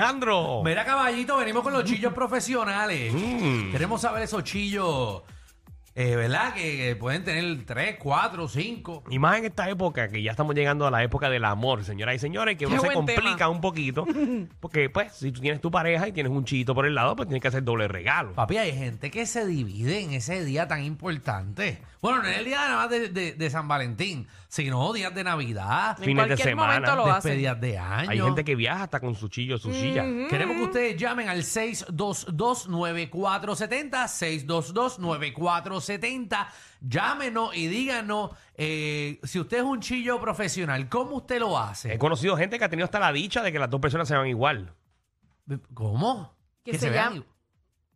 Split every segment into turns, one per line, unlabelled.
Alejandro.
Mira, caballito, venimos
Mm.
con los chillos profesionales. Queremos saber esos chillos, eh, ¿verdad? Que, que pueden tener 3, 4, 5.
Y más en esta época, que ya estamos llegando a la época del amor, señoras y señores, que
Qué
uno se
buen
complica
tema.
un poquito. Porque, pues, si tú tienes tu pareja y tienes un chillito por el lado, pues tienes que hacer doble regalo.
Papi, hay gente que se divide en ese día tan importante. Bueno, no es el día nada más de, de- de San Valentín, sino días de Navidad,
Fines de
cualquier
semana,
momento lo hacen.
despedidas de año.
Hay gente que viaja hasta con su chillo, su silla.
Queremos
Mm.
que ustedes llamen al 622-9470, 622-9470. Llámenos y díganos eh, si usted es un chillo profesional, ¿cómo usted lo hace?
He conocido gente que ha tenido hasta la dicha de que las dos personas se van igual. Eh,
¿Cómo?
Que se
vean
llame-
igu-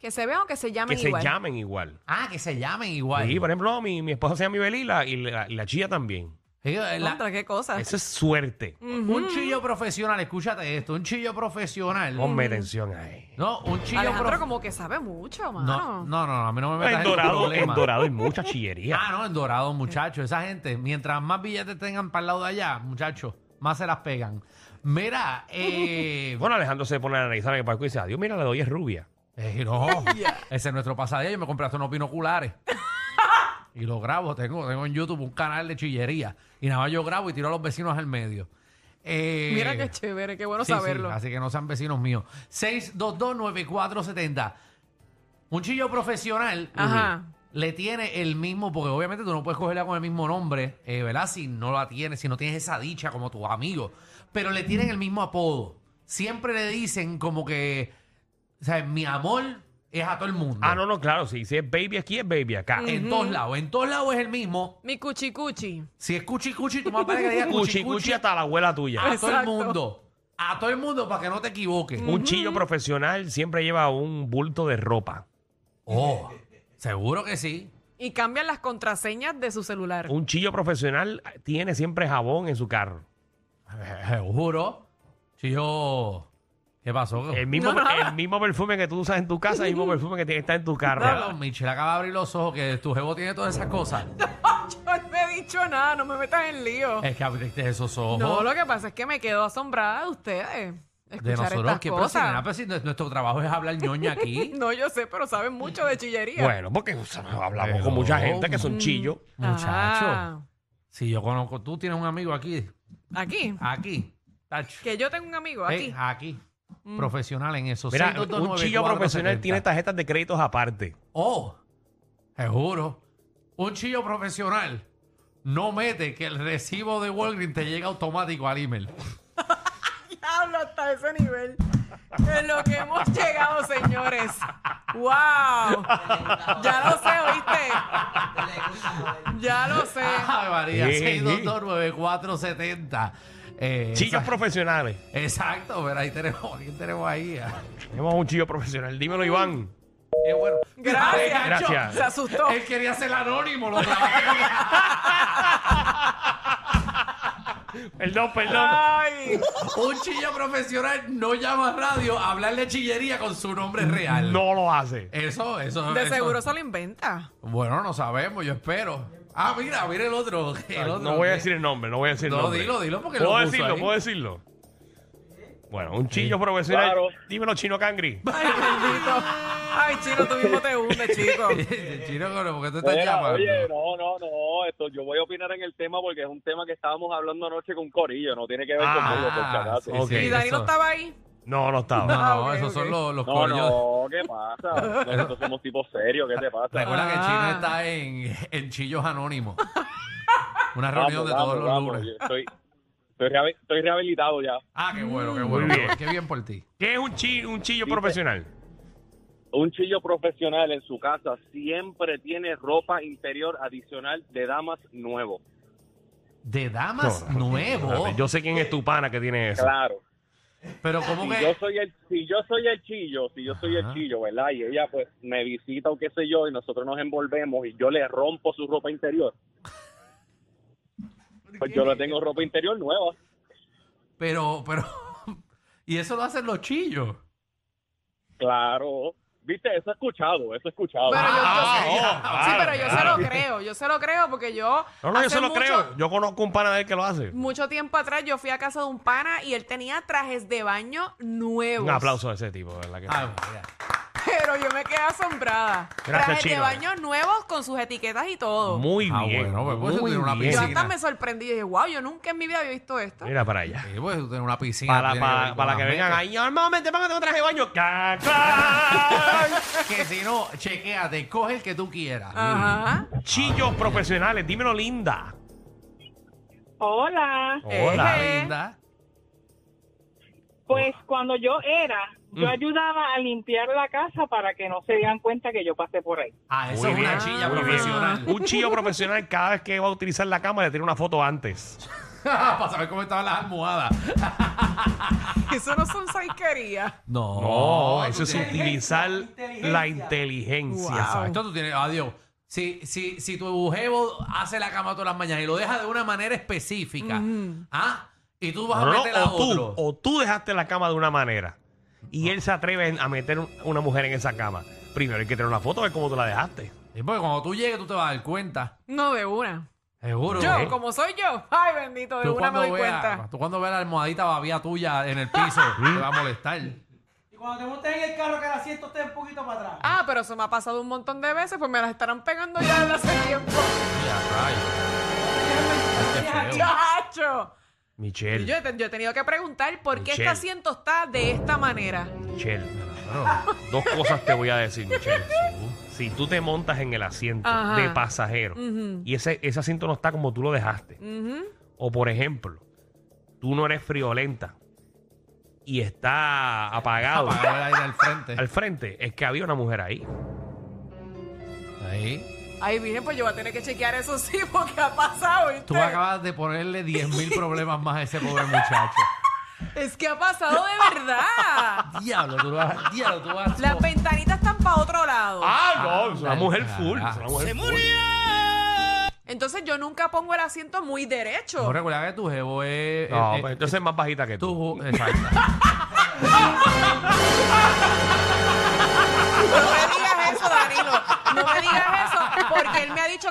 Que se vean o que se llamen
Que se
igual.
llamen igual.
Ah, que se llamen igual.
Sí, por ejemplo, mi, mi esposa se llama Ibelila y la, y la chilla también.
Sí, Eh, la-
Contra, qué cosa.
Eso es suerte.
un chillo profesional, escúchate esto, un chillo profesional.
Ponme atención ahí.
No, un chillo
Alejandro Ah,
profesional.
como que sabe mucho,
No,
mano.
no, no, a mí no me metas
En
en
dorado, en
problemas.
dorado hay mucha chillería.
Ah, no, en Dorado, muchachos. Esa gente, mientras más billetes tengan para el lado de allá, muchachos, más se las pegan. Mira, eh,
Bueno, Alejandro se pone a analizar en el parque y dice, adiós, mira, la doy es rubia.
eh, no, ese es nuestro pasadía. Yo me compré hasta unos binoculares. y lo grabo, tengo, tengo en YouTube un canal de chillería. Y nada más yo grabo y tiro a los vecinos al medio. Eh,
Mira qué chévere, qué bueno
sí, sí,
saberlo.
así que no sean vecinos míos. 6229470. Un chillo profesional
Ajá.
le tiene el mismo, porque obviamente tú no puedes cogerla con el mismo nombre, eh, ¿verdad? Si no la tienes, si no tienes esa dicha como tus amigos. Pero le tienen el mismo apodo. Siempre le dicen como que, o sea, mi amor es a todo el mundo.
Ah, no, no, claro, sí. Si es baby aquí, es baby acá.
En todos lados. En todos lados es el mismo.
Mi cuchicuchi.
Si es cuchi cuchi, tú más vale que le digas
Cuchi,
cuchi
cuchi
cuchi a
hasta la abuela tuya.
Ah.
todo el
Exacto.
mundo. A todo el mundo para que no te equivoques.
Un chillo profesional siempre lleva un bulto de ropa.
Oh, seguro que sí.
Y cambian las contraseñas de su celular.
Un chillo profesional tiene siempre jabón en su carro.
Seguro. Si yo. ¿Qué pasó?
Eh,
El mismo, el mismo perfume que tú usas en tu casa, el mismo perfume que tiene que estar en tu
Diablo,
carro.
Michelle acaba de abrir los ojos que tu jevo tiene todas esas cosas.
Yo no he dicho nada, no me metas en lío.
Es que abriste esos ojos.
No, lo que pasa es que me quedo asombrada de ustedes. Escuchar
de nosotros,
estas
que pero si,
cosas.
nena, pero si nuestro trabajo es hablar ñoña aquí.
No, yo sé, pero saben mucho de chillería.
Bueno, porque o sea, hablamos
Pero-
con mucha gente que son
Mm.
chillos.
Muchacho.
Ah,
Si yo conozco, tú tienes un amigo aquí.
aquí.
Aquí. Tacho.
Que yo tengo un amigo
Eh,
aquí. Mm.
aquí. Profesional en eso.
Mira,
6229470.
un chillo profesional tiene tarjetas de créditos aparte.
Oh, seguro. Un chillo profesional no mete que el recibo de Walgreens te llega automático al email.
Hablo hasta ese nivel. En lo que hemos llegado, señores. ¡Wow! Ya lo sé, ¿oíste? Ya lo sé.
Ay, María,
Sí, sí.
6229470. Eh,
Chillos
esa-
profesionales.
Exacto, pero ahí tenemos, ahí tenemos ahí. ah.
Tenemos un chillo profesional. Dímelo, Iván.
Eh, bueno.
Gracias.
Ay, Nacho,
Gracias.
Se asustó.
Él quería ser anónimo, lo trabajé con-
Perdón,
Ah.
perdón.
Ay.
Un chillo profesional no llama a radio a hablarle chillería con su nombre real.
No lo hace.
Eso, eso.
De
eso-
seguro se lo inventa.
Bueno, no sabemos, yo espero. Ah, mira, mira el otro. el
Ay,
otro,
Ah, no voy a
¿qué?
decir el nombre, no voy a decir el
No,
nombre.
dilo, dilo, porque
¿Puedo
lo puso
decirlo,
ahí.
puedo decirlo. Bueno, un chillo profesional.
Claro.
Dímelo, chino cangri.
Ay, bendito. Ay, chino, tú mismo te hundes, chico.
Chino, pero ¿por qué te estás
Mira,
llamando?
Oye, no, no, no, esto, yo voy a opinar en el tema porque es un tema que estábamos hablando anoche con Corillo, no tiene que ver
Ah,
conmigo, por si acaso.
ok.
Y Danilo
eso.
estaba ahí.
No, no
No,
estaba.
no,
Ah, ok,
esos son
ok.
los, los
No,
corillos.
no, ¿qué pasa? Nosotros somos tipos serios, ¿qué te pasa?
Recuerda que el chino
Ah.
está en, en Chillos Anónimos. Una
Vamos,
reunión de
vamos,
todos los
vamos,
lunes.
yo Estoy, estoy, rehabi- estoy rehabilitado ya.
Ah, qué bueno, qué bueno.
Mm, Muy
Qué,
bien.
qué bien por ti.
¿Qué es un, chi- un chillo
Dice-
profesional?
Un chillo profesional en su casa siempre tiene ropa interior adicional de damas nuevo.
De damas
No, no,
nuevo.
Yo sé quién es tu pana que tiene eso.
Claro.
pero como
si yo
que.
soy el si yo soy el chillo si yo soy
Ajá.
el chillo verdad y ella pues me visita o qué sé yo y nosotros nos envolvemos y yo le rompo su ropa interior pues yo le tengo ropa interior nueva
Pero, pero. y eso lo hacen los chillos.
claro Viste, eso he escuchado, eso he escuchado.
Pero yo, yo-
Ah,
sí,
oh,
sí,
claro,
pero yo
claro.
se lo creo, yo se lo creo porque yo.
No, no, yo
hace
se lo
mucho-
creo. Yo conozco un pana de él que lo hace.
Mucho tiempo atrás yo fui a casa de un pana y él tenía trajes de baño nuevos.
Un aplauso a ese tipo, ¿verdad? Que
Ay, mira.
Pero yo me quedé asombrada.
Gracias,
trajes de
Chino.
baño nuevos con sus etiquetas y todo.
Muy
Ah,
bien.
bueno, pues, pues,
muy
tiene una
bien.
yo
piscina.
hasta me sorprendí y dije, wow, yo nunca en mi vida había visto esto.
Mira para allá.
Sí, pues, tú tienes una piscina.
Para,
tiene
para-
ver con
para
las
que vengan
metas.
ahí, hermano, vente, para que tengo traje de baño. ¡Ca- ca!
Que si no, chequéate, coge el que tú quieras.
Ah.
Ajá.
Chillos profesionales, dímelo, linda.
Hola,
Hola.
Eje.
Linda.
pues cuando yo era, yo
Mm.
ayudaba a limpiar la casa para que no se dieran cuenta que yo pasé por ahí.
Ah, eso
Muy
es una
bien,
chilla
muy bien.
profesional.
Un chillo profesional cada vez que va a utilizar la cámara le tiene una foto antes.
para saber cómo estaban las almohadas.
Eso no son saiquerías.
No,
No,
tú
eso es
tienes-
utilizar la inteligencia.
Wow.
¿sabes?
Exacto, tú tienes. Adiós. Si, si, si tu jevo hace la cama todas las mañanas y lo deja de una manera específica, ¿ah? Y tú vas
No,
a
no,
meter a
o, tú,
otro.
o tú dejaste la cama de una manera y él se atreve a meter un- una mujer en esa cama. Primero hay que tener una foto de cómo tú la dejaste.
Sí, porque cuando tú llegues, tú te vas a dar cuenta.
No, de una.
Seguro. ¿Eh?
Yo, como soy yo, ay bendito, de
Tú
una me
cuando,
doy
veas,
cuenta.
tú cuando veas la almohadita babía tuya en el piso, te va a molestar.
Y cuando te montes en el carro que el asiento esté un poquito para atrás.
Ah, pero eso me ha pasado un montón de veces, pues me las estarán pegando ya desde hace tiempo.
Ya, rayo.
Ay,
qué feo.
¡Chacho! Y
Michelle,
Yo, he ten- yo he tenido que preguntar por qué este
Michelle.
asiento está de esta manera.
Michelle,
Claro.
dos cosas te voy a decir, Michelle. Si tú te montas en el asiento
Ajá.
de pasajero y ese, ese asiento no está como tú lo dejaste,
Ujú.
o por ejemplo, tú no eres friolenta y está apagado
Apagar el aire al frente.
al frente, es que había una mujer ahí.
Ahí.
Ahí viene, pues yo voy a tener que chequear eso sí, porque ha pasado. ¿viste?
Tú acabas de ponerle 10.000 problemas más a ese pobre muchacho.
Es que ha pasado de verdad.
Diablo, tú vas, diablo, tú vas.
Las ventanitas están para otro lado.
Ah, no, es una
Anda,
mujer
cara.
full. es una mujer full.
Entonces yo nunca pongo el asiento muy derecho.
No recuerda que tu jevo es.
No,
es-
pues
es-
entonces es más bajita que tú.
tu ju- Exacto.
No me digas eso, Danilo. No me digas eso, porque él me ha dicho